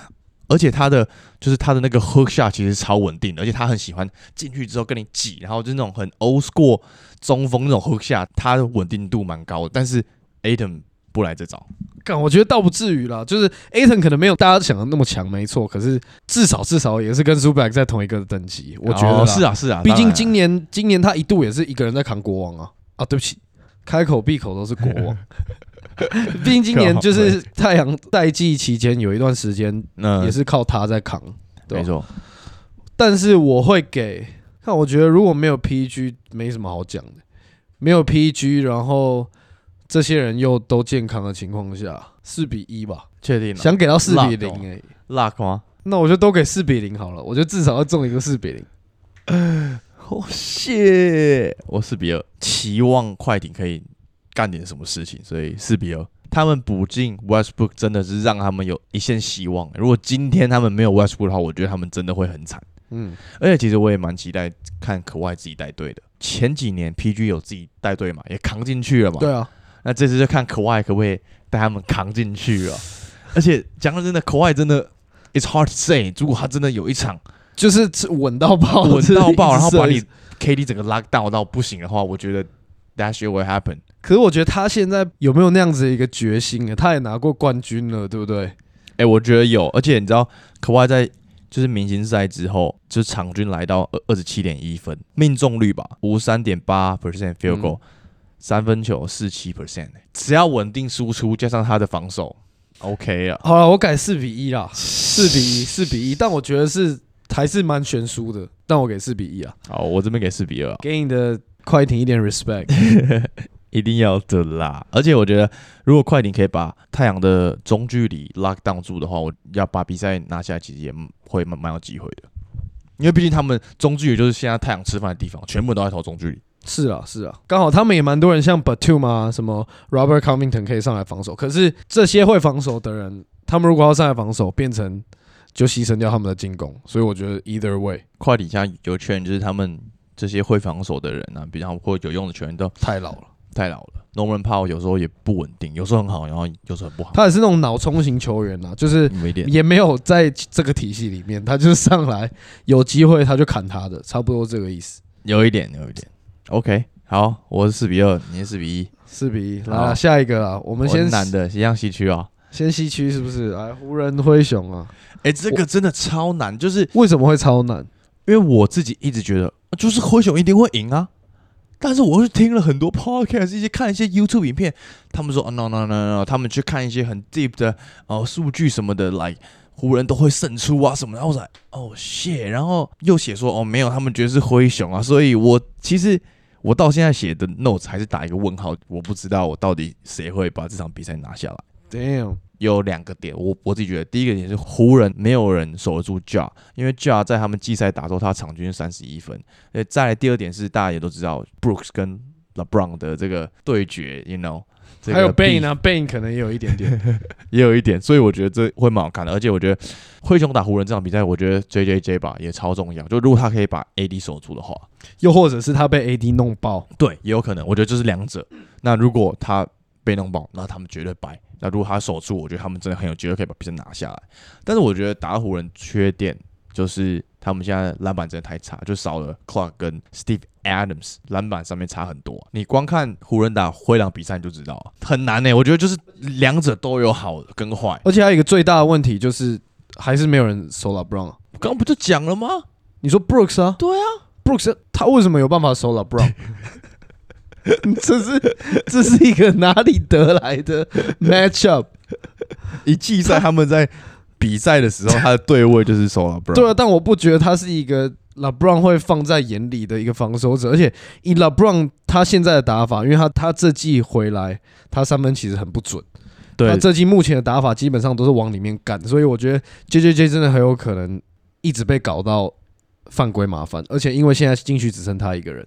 Speaker 1: 而且他的就是他的那个 hook shot 其实超稳定的，而且他很喜欢进去之后跟你挤，然后就是那种很 old school 中锋那种 hook shot，他的稳定度蛮高的。但是 Aton 不来这招。
Speaker 2: 干，我觉得倒不至于啦，就是 Aton 可能没有大家想的那么强，没错，可是至少至少也是跟 Zubac 在同一个等级，我觉得啦、
Speaker 1: 哦是啊是啊，
Speaker 2: 毕
Speaker 1: 当
Speaker 2: 竟
Speaker 1: 然
Speaker 2: 今年今年他一度也是一个人在扛国王啊啊！对不起，开口闭口都是国
Speaker 1: [laughs]
Speaker 2: 王。毕竟今年就是太阳赛季期间有一段时间
Speaker 1: 嗯
Speaker 2: 也是靠他在扛，对吧
Speaker 1: 没错，
Speaker 2: 但是我会给看，我觉得如果没有 PG 没什么好讲的，没有 PG，然后这些人又都健康的情况下，四比一吧，
Speaker 1: 确定
Speaker 2: 想给到四比
Speaker 1: 辣
Speaker 2: 零
Speaker 1: 嗯哦
Speaker 2: 哎，
Speaker 1: 辣吗？
Speaker 2: 那我就都给四比零好了，我就至少要中一个四比零。
Speaker 1: 哦谢，我四比二，期望快艇可以干点什么事情，所以四比二。他们补进 Westbrook 真的是让他们有一线希望。欸如果今天他们没有 Westbrook 的话，我觉得他们真的会很惨。
Speaker 2: 嗯，
Speaker 1: 而且其实我也蛮期待看可外自己带队的。前几年 PG 有自己带队嘛，也扛进去了嘛。
Speaker 2: 对啊，
Speaker 1: 那这次就看可外可不可以带他们扛进去啊！而且讲真的，可外真的，it's hard to say。如果他真的有一场
Speaker 2: 就是稳到爆，
Speaker 1: 稳到爆，然后把
Speaker 2: 就是一
Speaker 1: 你
Speaker 2: 直射。
Speaker 1: KD 整个拉到到不行的话，我觉得 that shit will happen。
Speaker 2: 可是我觉得他现在有没有那样子的一个决心啊？他也拿过冠军了，对不对？
Speaker 1: 哎、我觉得有，而且你知道，可外在就是明星赛之后，就是场均来到二二十七点一分，命中率吧五三点八 percent field goal，、三
Speaker 2: 嗯
Speaker 1: 分球四七 percent，只要稳定输出，加上他的防守，OK 啊。
Speaker 2: 好了，我改四比一啦，四比一，四比一。但我觉得是还是蛮悬殊的，但我给四比一啊，
Speaker 1: 好，我这边给四比二、啊。
Speaker 2: 给你的快艇一点 respect。 [laughs]
Speaker 1: 一定要的啦！而且我觉得，如果快艇可以把太阳的中距离 lock down 住的话，我要把比赛拿下来，其实也会蛮蛮有机会的。因为毕竟他们中距离就是现在太阳吃饭的地方，全部都在投中距离。
Speaker 2: 是啊，是啊，刚好他们也蛮多人，像 Batum 啊，什么 Robert Covington 可以上来防守。可是这些会防守的人，他们如果要上来防守，变成就牺牲掉他们的进攻。所以我觉得 either way
Speaker 1: 快底下有球员就是他们这些会防守的人啊，比较或有用的球员都
Speaker 2: 太老了，
Speaker 1: 太老了。Norman Powell 有时候也不稳定，有时候很好，然后有时候很不好，
Speaker 2: 他也是那种脑冲型球员啊，就是
Speaker 1: 没点。
Speaker 2: 也没有在这个体系里面，他就是上来有机会他就砍他的，差不多这个意思。
Speaker 1: 有一点，有一点。OK，好，我是四比二，你是四比一。
Speaker 2: 四比一，来
Speaker 1: 好
Speaker 2: 啦下一个啦，我
Speaker 1: 我
Speaker 2: 们先
Speaker 1: 难的，一样西区哦。
Speaker 2: 先西区是不是？来湖人灰熊啊，
Speaker 1: 哎、这个真的超难，就是
Speaker 2: 为什么会超难？
Speaker 1: 因为我自己一直觉得，啊就是灰熊一定会赢啊。但是我是听了很多 podcast，一些看一些 YouTube 影片，他们说、啊 no no no no，他们去看一些很 deep 的哦数据什么的，来、湖人都会胜出啊什么的。然后我说哦 shit，然后又写说哦没有，他们觉得是灰熊啊，所以我其实我到现在写的 notes 还是打一个问号，我不知道我到底谁会把这场比赛拿下来。
Speaker 2: Damn，
Speaker 1: 有两个点，我我自己觉得，第一个点是湖人没有人守得住 Ja，因为 Ja 在他们季赛打之后，他场均三十一分。呃，再来第二点是大家也都知道，Brooks 跟 LeBron 的这个对决，you know，这个
Speaker 2: 还有 Bane 啊
Speaker 1: 呢，
Speaker 2: 呢，Bane 可能也有一
Speaker 1: [laughs]
Speaker 2: 点点。
Speaker 1: 也有一点，所以我觉得这会蛮好看的。而且我觉得灰熊打湖人这场比赛，我觉得 JJJ 吧也超重要，就如果他可以把 AD 守住的话，
Speaker 2: 又或者是他被 AD 弄爆，
Speaker 1: 对，也有可能，我觉得这是两者。那如果他被弄爆，那他们绝对败。那如果他守住，我觉得他们真的很有机会可以把比赛拿下来。但是我觉得打到湖人缺点就是他们现在篮板真的太差，就少了 Clark 跟 Steve Adams，篮板上面差很多啊、你光看湖人打灰狼比赛你就知道啊、很难呢、我觉得就是两者都有好跟坏。
Speaker 2: 而且还有一个最大的问题就是还是没有人守 LeBron 啊。
Speaker 1: 我刚刚不就讲了吗？
Speaker 2: 你说 Brooks 啊
Speaker 1: 对啊，
Speaker 2: ，Brooks 他为什么有办法守 LeBron？这是这是一个哪里得来的 matchup？
Speaker 1: 一季赛他们在比赛的时候，他的对位就是守了 b r
Speaker 2: 对啊，但我不觉得他是一个 LeBron 会放在眼里的一个防守者，而且以 LeBron 他现在的打法，因为他他这季回来，他三分其实很不准。那这季目前的打法基本上都是往里面干，所以我觉得 J J J 真的很有可能一直被搞到犯规麻烦，而且因为现在禁区只剩他一个人，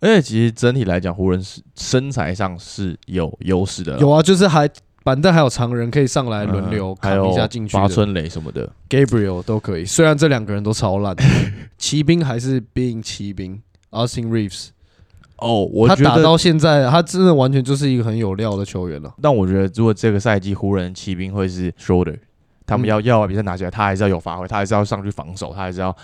Speaker 1: 而且其实整体来讲，湖人是身材上是有优势的啦，嗯
Speaker 2: 有啊，就是还板凳还有常人可以上来轮流
Speaker 1: 还
Speaker 2: 扛
Speaker 1: 有
Speaker 2: 一下禁区
Speaker 1: 八
Speaker 2: 的
Speaker 1: 村垒什么的。
Speaker 2: ，Gabriel 都可以，虽然这两个人都超
Speaker 1: [laughs]
Speaker 2: 烂，骑兵还是 being 骑兵。Austin Reeves，
Speaker 1: 哦，我
Speaker 2: 他
Speaker 1: 觉
Speaker 2: 打
Speaker 1: 得，
Speaker 2: 到现在，他真的完全就是一个很有料的球员了。
Speaker 1: 但我觉得如果这个赛季湖人骑兵会是 Shoulder，他
Speaker 2: 嗯
Speaker 1: 们要、要把比赛拿起来，他还是要有发挥，他还是要上去防守，他还是要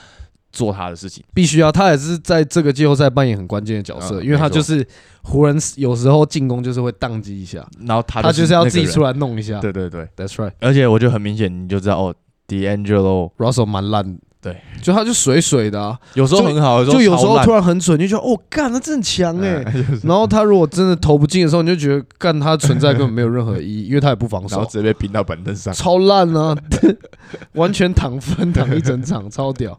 Speaker 1: 做他的事情。
Speaker 2: 必须啊要，他也是在这个季后赛扮演很关键的角色，
Speaker 1: 嗯
Speaker 2: 因为他
Speaker 1: 没错
Speaker 2: 就是湖人有时候进攻就是会宕机一下，
Speaker 1: 然后他
Speaker 2: 他就是要自己出
Speaker 1: 来。
Speaker 2: 来弄一下。
Speaker 1: 对对对，
Speaker 2: That's right。
Speaker 1: 而且我觉得很明显，你就知道哦，D'Angelo
Speaker 2: Russell 蛮烂的，
Speaker 1: 对，
Speaker 2: 就他就水水的啊，
Speaker 1: 有时候
Speaker 2: 就
Speaker 1: 很好，
Speaker 2: 就有时
Speaker 1: 超
Speaker 2: 候
Speaker 1: 烂
Speaker 2: 突然很准，你就觉得哦，干他真的很强哎。
Speaker 1: 嗯就是
Speaker 2: 然后他如果真的投不进的时候，你就觉得干他存在根本没有任何意
Speaker 1: [laughs]
Speaker 2: 义，因为他也不防
Speaker 1: 然后
Speaker 2: 守，
Speaker 1: 直接被拼到板凳上。
Speaker 2: 超烂啊， [laughs] 完全躺分躺一整场，超屌。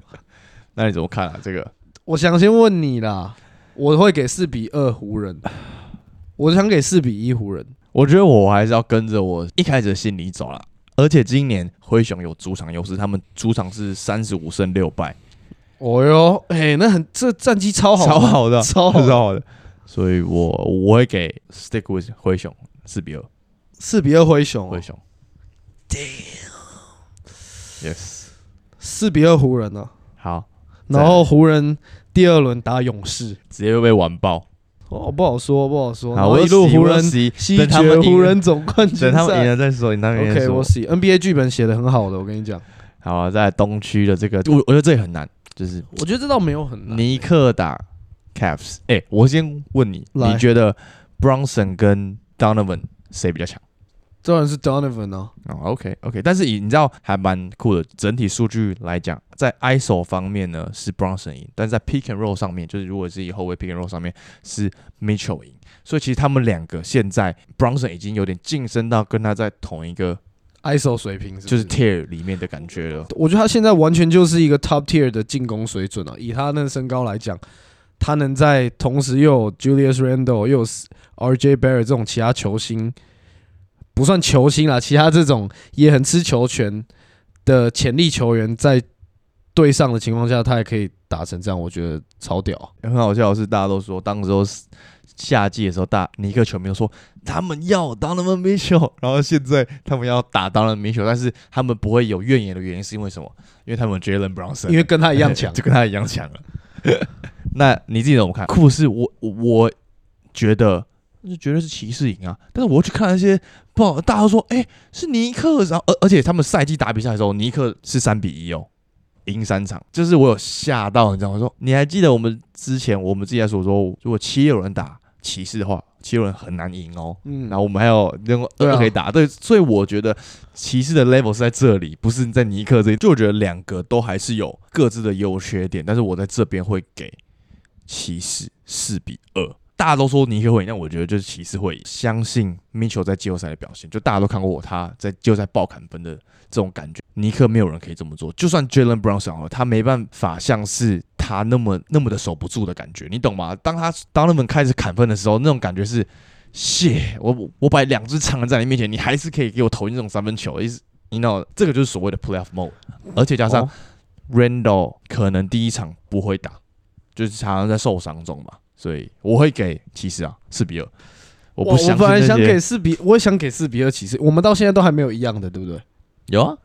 Speaker 1: 那你怎么看啊？这个
Speaker 2: 我想先问你啦，我会给四比二湖人，我想给四比一湖人。
Speaker 1: 我觉得我还是要跟着我一开始的心理走了。而且今年灰熊有主场优势，他们主场是三十五胜六败，
Speaker 2: 哦哟，哎，那很这战绩超好，啊
Speaker 1: 超好啊的，
Speaker 2: 哦超好
Speaker 1: 超好的。所以我我会给 stick with 灰熊四比二，
Speaker 2: 四比二灰熊哦，
Speaker 1: 灰熊。Damn，yes，
Speaker 2: 四比二湖人啊。
Speaker 1: 好，
Speaker 2: 然后湖人第二轮打勇士，
Speaker 1: 直接被完爆。
Speaker 2: 哦，不好说，不好说。然
Speaker 1: 好，
Speaker 2: 后
Speaker 1: 我
Speaker 2: 一路湖人
Speaker 1: 西
Speaker 2: 西
Speaker 1: 等他
Speaker 2: 决
Speaker 1: 们
Speaker 2: 湖
Speaker 1: 赢了，
Speaker 2: 人总冠军
Speaker 1: 等他们赢
Speaker 2: 赛。
Speaker 1: 了再说，你那边
Speaker 2: OK，
Speaker 1: 说
Speaker 2: 我。see NBA 剧本写的很好的，我跟你讲，
Speaker 1: 好啊，在东区的这个，我我觉得这也很难，就是
Speaker 2: 我觉得这倒没有很难。
Speaker 1: 尼克打 Cavs，哎、我先问你，
Speaker 2: 来
Speaker 1: 你觉得 Bronson 跟 Donovan 谁比较强？
Speaker 2: 当然是 Donovan 啊，
Speaker 1: 哦，OK，OK、o k OK，但是以你知道还蛮酷的，整体数据来讲，在 ISO 方面呢是 Bronson 赢，但是在 Pick and Roll 上面，就是如果是以后卫 Pick and Roll 上面是 Mitchell 赢，所以其实他们两个现在 Bronson 已经有点晋升到跟他在同一个
Speaker 2: ISO 水平是不
Speaker 1: 就是是 tier 里面的感觉了。
Speaker 2: 我觉得他现在完全就是一个 top tier 的进攻水准啊，以他那个身高来讲，他能在同时又有 Julius Randle 又有 RJ Barrett 这种其他球星，不算球星啦，其他这种也很吃球权的潜力球员在对上的情况下，他也可以打成这样，我觉得超屌。啊
Speaker 1: 很好笑的是，大家都说当时候是夏季的时候，大尼克球迷都说他们要当他们 m i t c h e 然后现在他们要打当了 m i t c h e 但是他们不会有怨言的原因是因为什么？因为他们 Jalen Brunson，
Speaker 2: 因为跟他
Speaker 1: [laughs]
Speaker 2: 一样强
Speaker 1: 就，跟他一样强了。 [laughs] 那你自己怎么看？酷是我我我觉得就绝对是骑士赢啊，但是我去看那些不好，大家都说哎、是尼克，然后而而且他们赛季打比赛的时候，尼克是三比一哦。赢三场，就是我有吓到，你知道吗？我说你还记得我们之前我们之前所说，如果七六人打骑士的话，七六人很难赢哦。
Speaker 2: 嗯
Speaker 1: 然后我们还有那个
Speaker 2: 对啊
Speaker 1: 二可以打，对，所以我觉得骑士的 level 是在这里，不是在尼克这里。就我觉得两个都还是有各自的优缺点，但是我在这边会给骑士四比二。大家都说尼克会赢，但我觉得就是骑士会赢。相信 Mitchell 在季后赛的表现，就大家都看过他在季后赛爆砍分的这种感觉。尼克没有人可以这么做，就算 Jalen Brown 上了，他没办法像是他那么那么的守不住的感觉，你懂吗？当他当他们开始砍分的时候，那种感觉是，谢我我摆两只长人在你面前，你还是可以给我投进这种三分球，意思你 know 这个就是所谓的 playoff mode，而且加上
Speaker 2: 哦
Speaker 1: Randall 可能第一场不会打，就是常常在受伤中嘛，所以我会给骑士啊四比二。我不
Speaker 2: 哇
Speaker 1: 相
Speaker 2: 我本来
Speaker 1: 信
Speaker 2: 想
Speaker 1: 这
Speaker 2: 给
Speaker 1: 些
Speaker 2: 四比，我也想给四比二骑士，我们到现在都还没有一样的，对不对？
Speaker 1: 有啊，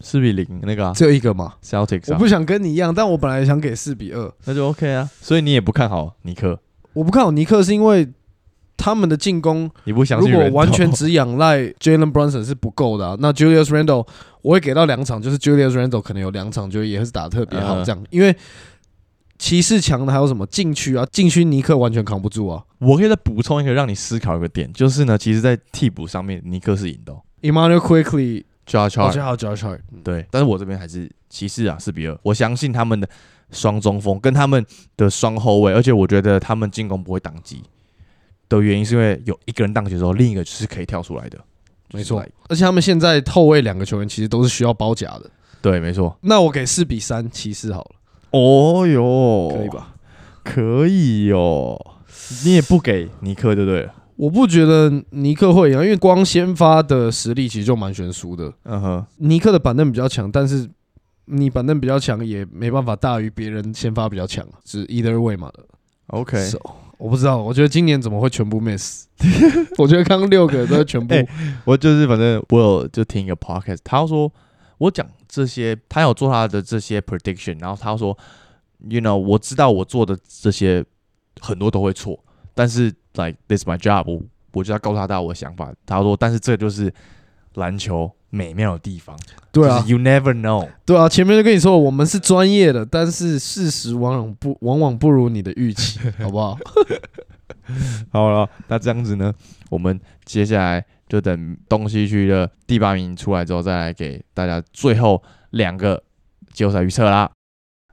Speaker 1: 四比零那个啊
Speaker 2: 只有一个嘛。
Speaker 1: Celtics
Speaker 2: 我
Speaker 1: 啊，
Speaker 2: 不想跟你一样，但我本来想给四比二。
Speaker 1: 那就 OK 啊。所以你也不看好尼克，
Speaker 2: 我不看好尼克是因为他们的进攻
Speaker 1: 你不相
Speaker 2: 如
Speaker 1: 信
Speaker 2: 果
Speaker 1: Randall
Speaker 2: 完全只仰赖 Jalen Brunson 是不够的、啊。那 Julius Randle 我会给到两场，就是 Julius Randle 可能有两场就也是打得特别好
Speaker 1: 嗯
Speaker 2: 这样，因为骑士强的还有什么禁区啊？禁区尼克完全扛不住啊。
Speaker 1: [laughs] 我可以再补充一个让你思考一个点，就是呢，其实，在替补上面，尼克是赢的、哦。
Speaker 2: Emmanuel Quickly，哦
Speaker 1: j o s
Speaker 2: 大家好 j o s h
Speaker 1: 对，但是我这边还是骑士啊，四比二。我相信他们的双中锋跟他们的双后卫，而且我觉得他们进攻不会宕机的原因，是因为有一个人宕机的时候，另一个是可以跳出来的。就是
Speaker 2: 没错
Speaker 1: like-
Speaker 2: 而且他们现在后卫两个球员其实都是需要包夹的。
Speaker 1: 对，没错。
Speaker 2: 那我给四比三骑士好了，
Speaker 1: 哦哟，
Speaker 2: 可以？吧？
Speaker 1: 可以哦哟。你也不给尼克，对不对了？
Speaker 2: 我不觉得尼克会赢啊，因为光先发的实力其实就蛮悬殊的。
Speaker 1: 嗯哼，
Speaker 2: 尼克的板凳比较强，但是你板凳比较强也没办法大于别人先发比较强，是 either way 嘛的。
Speaker 1: OK
Speaker 2: So，我不知道，我觉得今年怎么会全部 miss？我 [laughs] 觉得刚刚六个都全部、
Speaker 1: 哎我就是反正我有就听一个 podcast，他说我讲这些，他有做他的这些 prediction，然后他说，you know，我知道我做的这些很多都会错，但是 like this is my job，我我就要告诉他大家我的想法。他说，但是这就是篮球美妙的地方，
Speaker 2: 对啊
Speaker 1: 就是、，you never know，
Speaker 2: 对啊，前面就跟你说我们是专业的，但是事实往往不往往不如你的预期，好
Speaker 1: [laughs]
Speaker 2: 不好？
Speaker 1: 好了，那这样子呢，我们接下来就等东西区的第八名出来之后，再来给大家最后两个季后赛预测啦。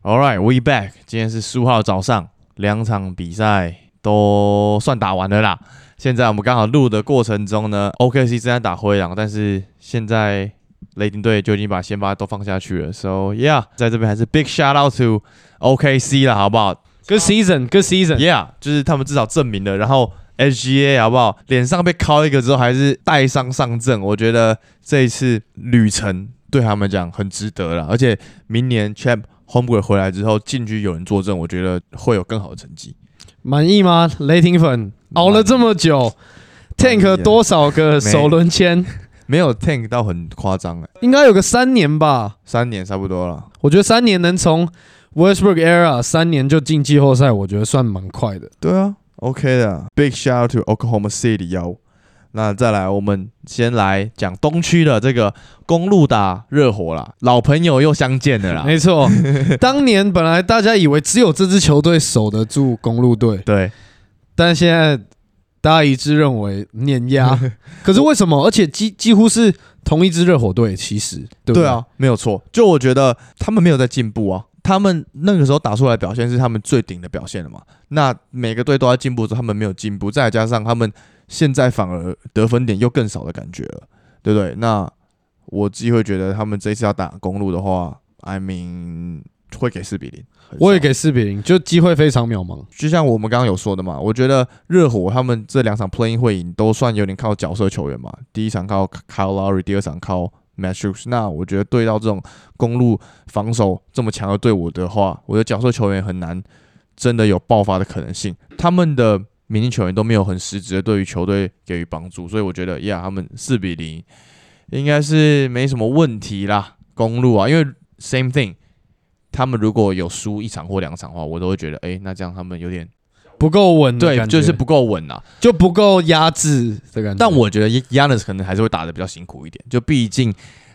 Speaker 1: All right, we back。今天是十五号早上，两场比赛都算打完了啦。现在我们刚好录的过程中呢，OKC 正在打灰狼，但是现在雷霆队就已经把先发都放下去了。So yeah，在这边还是 big shout out to OKC 啦，好不好？
Speaker 2: Good season，Good season。
Speaker 1: [laughs] Yeah，就是他们至少证明了，然后 SGA 好不好？脸上被敲一个之后，还是带伤上阵，我觉得这一次旅程对他们讲很值得了。而且明年 Champ Homeboy 回来之后，禁区有人坐镇，我觉得会有更好的成绩。
Speaker 2: 满意吗？雷霆粉熬了这么久
Speaker 1: 满意啊
Speaker 2: ，Tank 多少个首轮签？
Speaker 1: 没有 Tank 到很夸张哎，
Speaker 2: 应该有个三年吧。
Speaker 1: 三年差不多了。
Speaker 2: 我觉得三年能从 Westbrook era 三年就进季后赛，我觉得算蛮快的。
Speaker 1: 对啊，OK 的。Big shout out to Oklahoma City 哟。那再来，我们先来讲东区的这个公路打热火啦，老朋友又相见了啦。[laughs]
Speaker 2: 没错，当年本来大家以为只有这支球队守得住公路队，
Speaker 1: 对，
Speaker 2: 但现在大家一致认为碾
Speaker 1: [laughs]
Speaker 2: 压。可是为什么？而且几几乎是同一支热火队，其实对不
Speaker 1: 对啊，没有错。就我觉得他们没有在进步啊，他们那个时候打出来的表现是他们最顶的表现了嘛。那每个队都在进步之后，他们没有进步，再加上他们现在反而得分点又更少的感觉了，对不对？那我自己会觉得他们这一次要打公路的话，I mean 会给四比零，很
Speaker 2: 我也
Speaker 1: 少
Speaker 2: 给四比零，就机会非常渺茫。
Speaker 1: 就像我们刚刚有说的嘛，我觉得热火他们这两场 playing 会赢都算有点靠角色球员嘛。第一场靠 Kyle Lowry，第二场靠 Max Hughes。那我觉得对到这种公路防守这么强的队伍的话，我的角色球员很难真的有爆发的可能性。他们的明星球员都没有很实质的对于球队给予帮助，所以我觉得呀，他们四比零应该是没什么问题啦。公路啊，因为 same thing，他们如果有输一场或两场的话，我都会觉得，哎、那这样他们有点
Speaker 2: 不够稳的
Speaker 1: 对，
Speaker 2: 嗯感觉，嗯
Speaker 1: 就是不够稳啊。
Speaker 2: 就不够压制的感觉。
Speaker 1: 但我觉得 Yanis 可能还是会打的比较辛苦一点，就毕竟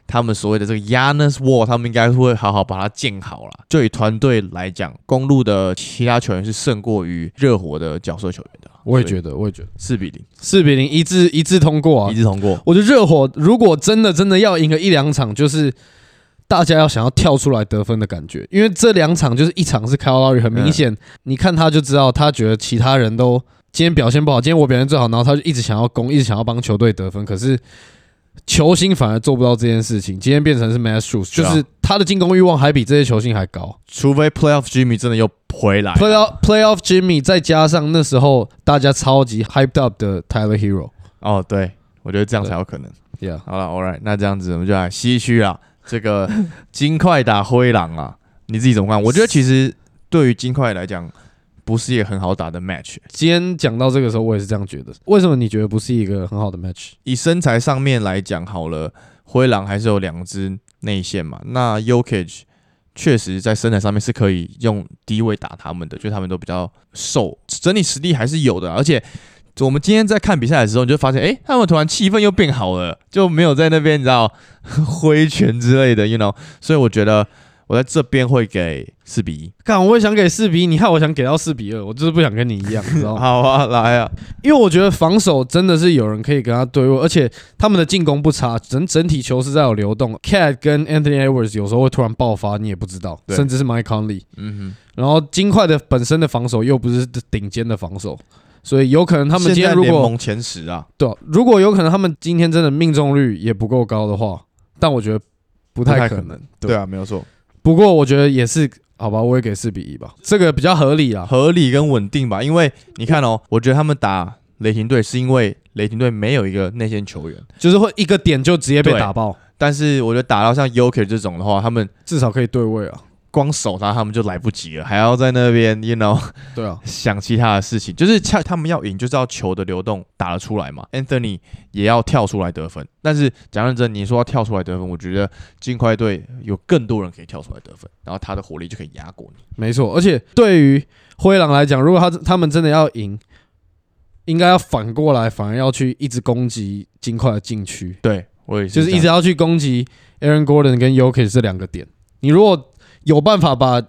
Speaker 1: 他们所谓的这个 Yanis Wall，他们应该会好好把它建好了。就以团队来讲，公路的其他球员是胜过于热火的角色球员的。啊
Speaker 2: 我也觉得，我也觉得
Speaker 1: 四比零、
Speaker 2: 四比零一致一致通过啊
Speaker 1: 一！致通过。
Speaker 2: 我觉得热火如果真的真的要赢个一两场，就是大家要想要跳出来得分的感觉，因为这两场就是一场是开 a 拉 l 很
Speaker 1: 嗯
Speaker 2: 明显，你看他就知道，他觉得其他人都今天表现不好，今天我表现最好，然后他就一直想要攻，一直想要帮球队得分，可是。球星反而做不到这件事情，今天变成是 Mass Shoes，
Speaker 1: 是
Speaker 2: 就
Speaker 1: 啊
Speaker 2: 是他的进攻欲望还比这些球星还高。
Speaker 1: 除非 Playoff Jimmy 真的又回来
Speaker 2: Playoff Playoff Jimmy，再加上那时候大家超级 hyped up 的 Tyler Hero，Yeah，
Speaker 1: 哦，对，我觉得这样才有可能。好了，All right，那这样子我们就来西区啊，这
Speaker 2: [laughs]
Speaker 1: 个金块打灰狼啊，你自己怎么看？我觉得其实对于金块来讲，不是也很好打的 match。
Speaker 2: 今天讲到这个时候，我也是这样觉得。为什么你觉得不是一个很好的 match？
Speaker 1: 以身材上面来讲好了，灰狼还是有两支内线嘛。那 y o k i c 确实在身材上面是可以用低位打他们的，就他们都比较瘦，整体实力还是有的啊。而且我们今天在看比赛的时候，你就发现，诶，他们突然气氛又变好了，就没有在那边你知道 [laughs] 挥拳之类的，you know。所以我觉得我在这边会给四比一。
Speaker 2: 看，我也想给四比一，你看我想给到四比二，我就是不想跟你一样，你知道吗？
Speaker 1: 好啊，来啊，
Speaker 2: [laughs] 因为我觉得防守真的是有人可以跟他对位，而且他们的进攻不差，整整体球是在有流动。Cat 跟 Anthony Edwards 有时候会突然爆发，你也不知道，
Speaker 1: 对
Speaker 2: 甚至是 Mike Conley。
Speaker 1: 嗯哼，
Speaker 2: 然后金块的本身的防守又不是顶尖的防守，所以有可能他们今
Speaker 1: 现
Speaker 2: 天
Speaker 1: 在
Speaker 2: 如
Speaker 1: 联
Speaker 2: 果
Speaker 1: 盟前十啊，
Speaker 2: 对啊、如果有可能他们今天真的命中率也不够高的话，但我觉得不
Speaker 1: 不
Speaker 2: 太
Speaker 1: 太
Speaker 2: 可
Speaker 1: 可
Speaker 2: 能。
Speaker 1: 能，
Speaker 2: 对
Speaker 1: 对啊，没有错。
Speaker 2: 不过我觉得也是，好吧，我也给四比一吧，这个比较合理啦。
Speaker 1: 合理跟稳定吧。因为你看哦，我觉得他们打雷霆队是因为雷霆队没有一个内线球员，
Speaker 2: 就是会一个点就直接被
Speaker 1: 对
Speaker 2: 打爆，
Speaker 1: 但是我觉得打到像 Yoker 这种的话，他们
Speaker 2: 至少可以对位啊。
Speaker 1: 光守他他们就来不及了，还要在那边 you know [laughs]
Speaker 2: 对啊，
Speaker 1: 想其他的事情，就是他他们要赢，就是要球的流动打得出来嘛。Anthony 也要跳出来得分，但是讲认真，你说要跳出来得分，我觉得金块队有更多人可以跳出来得分，然后他的火力就可以压过你。
Speaker 2: 没错。而且对于灰狼来讲，如果他他们真的要赢，应该要反过来，反而要去一直攻击金块的禁区。
Speaker 1: 对我也是，
Speaker 2: 就是一直要去攻击 Aaron Gordon 跟 Yokic 这两个点。你如果有办法把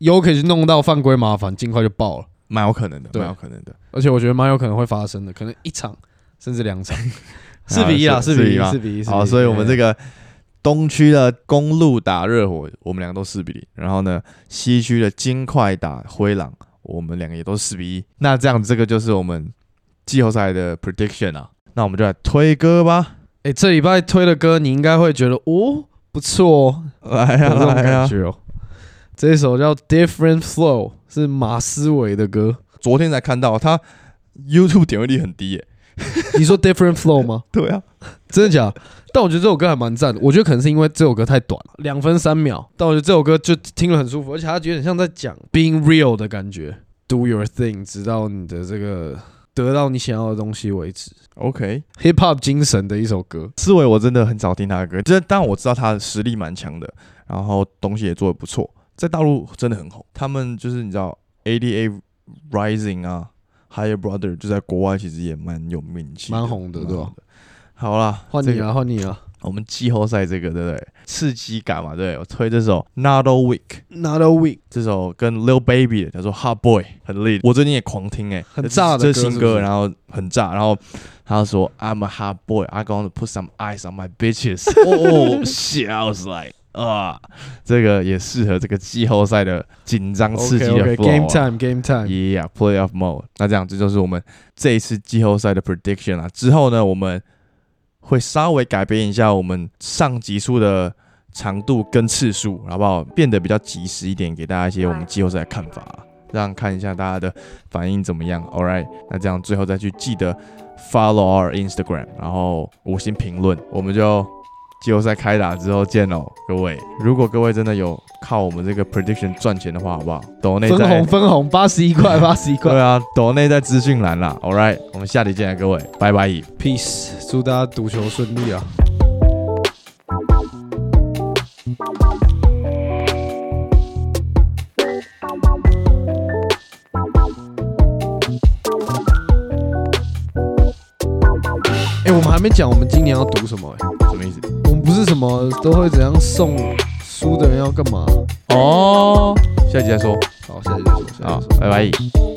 Speaker 2: Yokic 弄到犯规麻烦，尽快就爆了。
Speaker 1: 蛮有可能的，
Speaker 2: 对
Speaker 1: 蛮有可能的。
Speaker 2: 而且我觉得蛮有可能会发生的，可能一场甚至两
Speaker 1: [laughs]
Speaker 2: 场，四比一啊，
Speaker 1: 是
Speaker 2: 四比一，
Speaker 1: 4-1
Speaker 2: 四比一。
Speaker 1: 好，所以我们这
Speaker 2: 个
Speaker 1: 个东区的公路打热火，我们两个都四比零。然后呢，西区的金块打灰狼，我们两个也都四比一。那这样子，这个就是我们季后赛的 prediction 啊。那我们就来推歌 [laughs] 吧，
Speaker 2: 哎，这礼拜推的歌，你应该会觉得哦不错
Speaker 1: [laughs]
Speaker 2: 哦，
Speaker 1: 来
Speaker 2: 有
Speaker 1: 哎呀、
Speaker 2: 这种
Speaker 1: 来呀、
Speaker 2: 感觉哦。这一首叫《Different Flow》，是马思唯的歌。
Speaker 1: 昨天才看到他 YouTube 点阅率很低耶、[laughs]
Speaker 2: 你说《Different Flow》吗？
Speaker 1: 对啊，
Speaker 2: 真的假的？但我觉得这首歌还蛮赞的。我觉得可能是因为这首歌太短了，两分三秒。但我觉得这首歌就听了很舒服，而且它有点像在讲 being real 的感觉，do your thing，直到你的这个得到你想要的东西为止。
Speaker 1: OK，
Speaker 2: hip hop 精神的一首歌。
Speaker 1: 思维我真的很少听他的歌，这但我知道他的实力蛮强的，然后东西也做的不错，在大陆真的很红。他们就是你知道 ADA Rising 啊，Higher Brother 就在国外其实也蛮有名气，
Speaker 2: 蛮红的对吧
Speaker 1: 吧？好啦，
Speaker 2: 换
Speaker 1: 这
Speaker 2: 你
Speaker 1: 个
Speaker 2: 啊，换你啊
Speaker 1: 我们季后赛这个对不对？刺激感嘛，对不对，我推这首 Not a Week
Speaker 2: ，Not a week，
Speaker 1: 这首跟 Lil Baby 的叫做 Hot Boy 很厉害，我最近也狂听哎、
Speaker 2: 很炸的
Speaker 1: 这
Speaker 2: 歌
Speaker 1: 这新
Speaker 2: 是不
Speaker 1: 歌，
Speaker 2: 是
Speaker 1: 然后很炸，然后他说 I'm a hot boy, I gonna put some eyes on my bitches 。 [laughs] 哦，shit, I was like 啊，这个也适合这个季后赛的紧张刺激
Speaker 2: OK
Speaker 1: 的
Speaker 2: OK
Speaker 1: flow
Speaker 2: game
Speaker 1: 啊。
Speaker 2: time game time，
Speaker 1: Yeah, playoff mode。那这样，这就是我们这一次季后赛的 prediction 啊。之后呢，我们会稍微改变一下我们上集数的长度跟次数，好不好？变得比较及时一点，给大家一些我们季后赛的看法啊、让看一下大家的反应怎么样。All right，那这样最后再去记得 follow our Instagram，然后五星评论，我们就季后赛开打之后见喽，各位。如果各位真的有靠我们这个 prediction 赚钱的话，好不好？抖内
Speaker 2: 分
Speaker 1: 在
Speaker 2: 红分红，八十一
Speaker 1: [laughs]
Speaker 2: 块八十一块
Speaker 1: 对啊，抖内在资讯栏啦。All right，我们下集见，各位，拜拜。
Speaker 2: ，peace，祝大家赌球顺利啊！哎、我们还没讲我们今年要赌什么、欸？
Speaker 1: 什么意思？
Speaker 2: 我们不是什么都会怎样送输的人要干嘛？啊
Speaker 1: 哦，下集再说
Speaker 2: 好，下一个说，下一个
Speaker 1: 好
Speaker 2: 说。，
Speaker 1: 拜拜。
Speaker 2: 拜拜。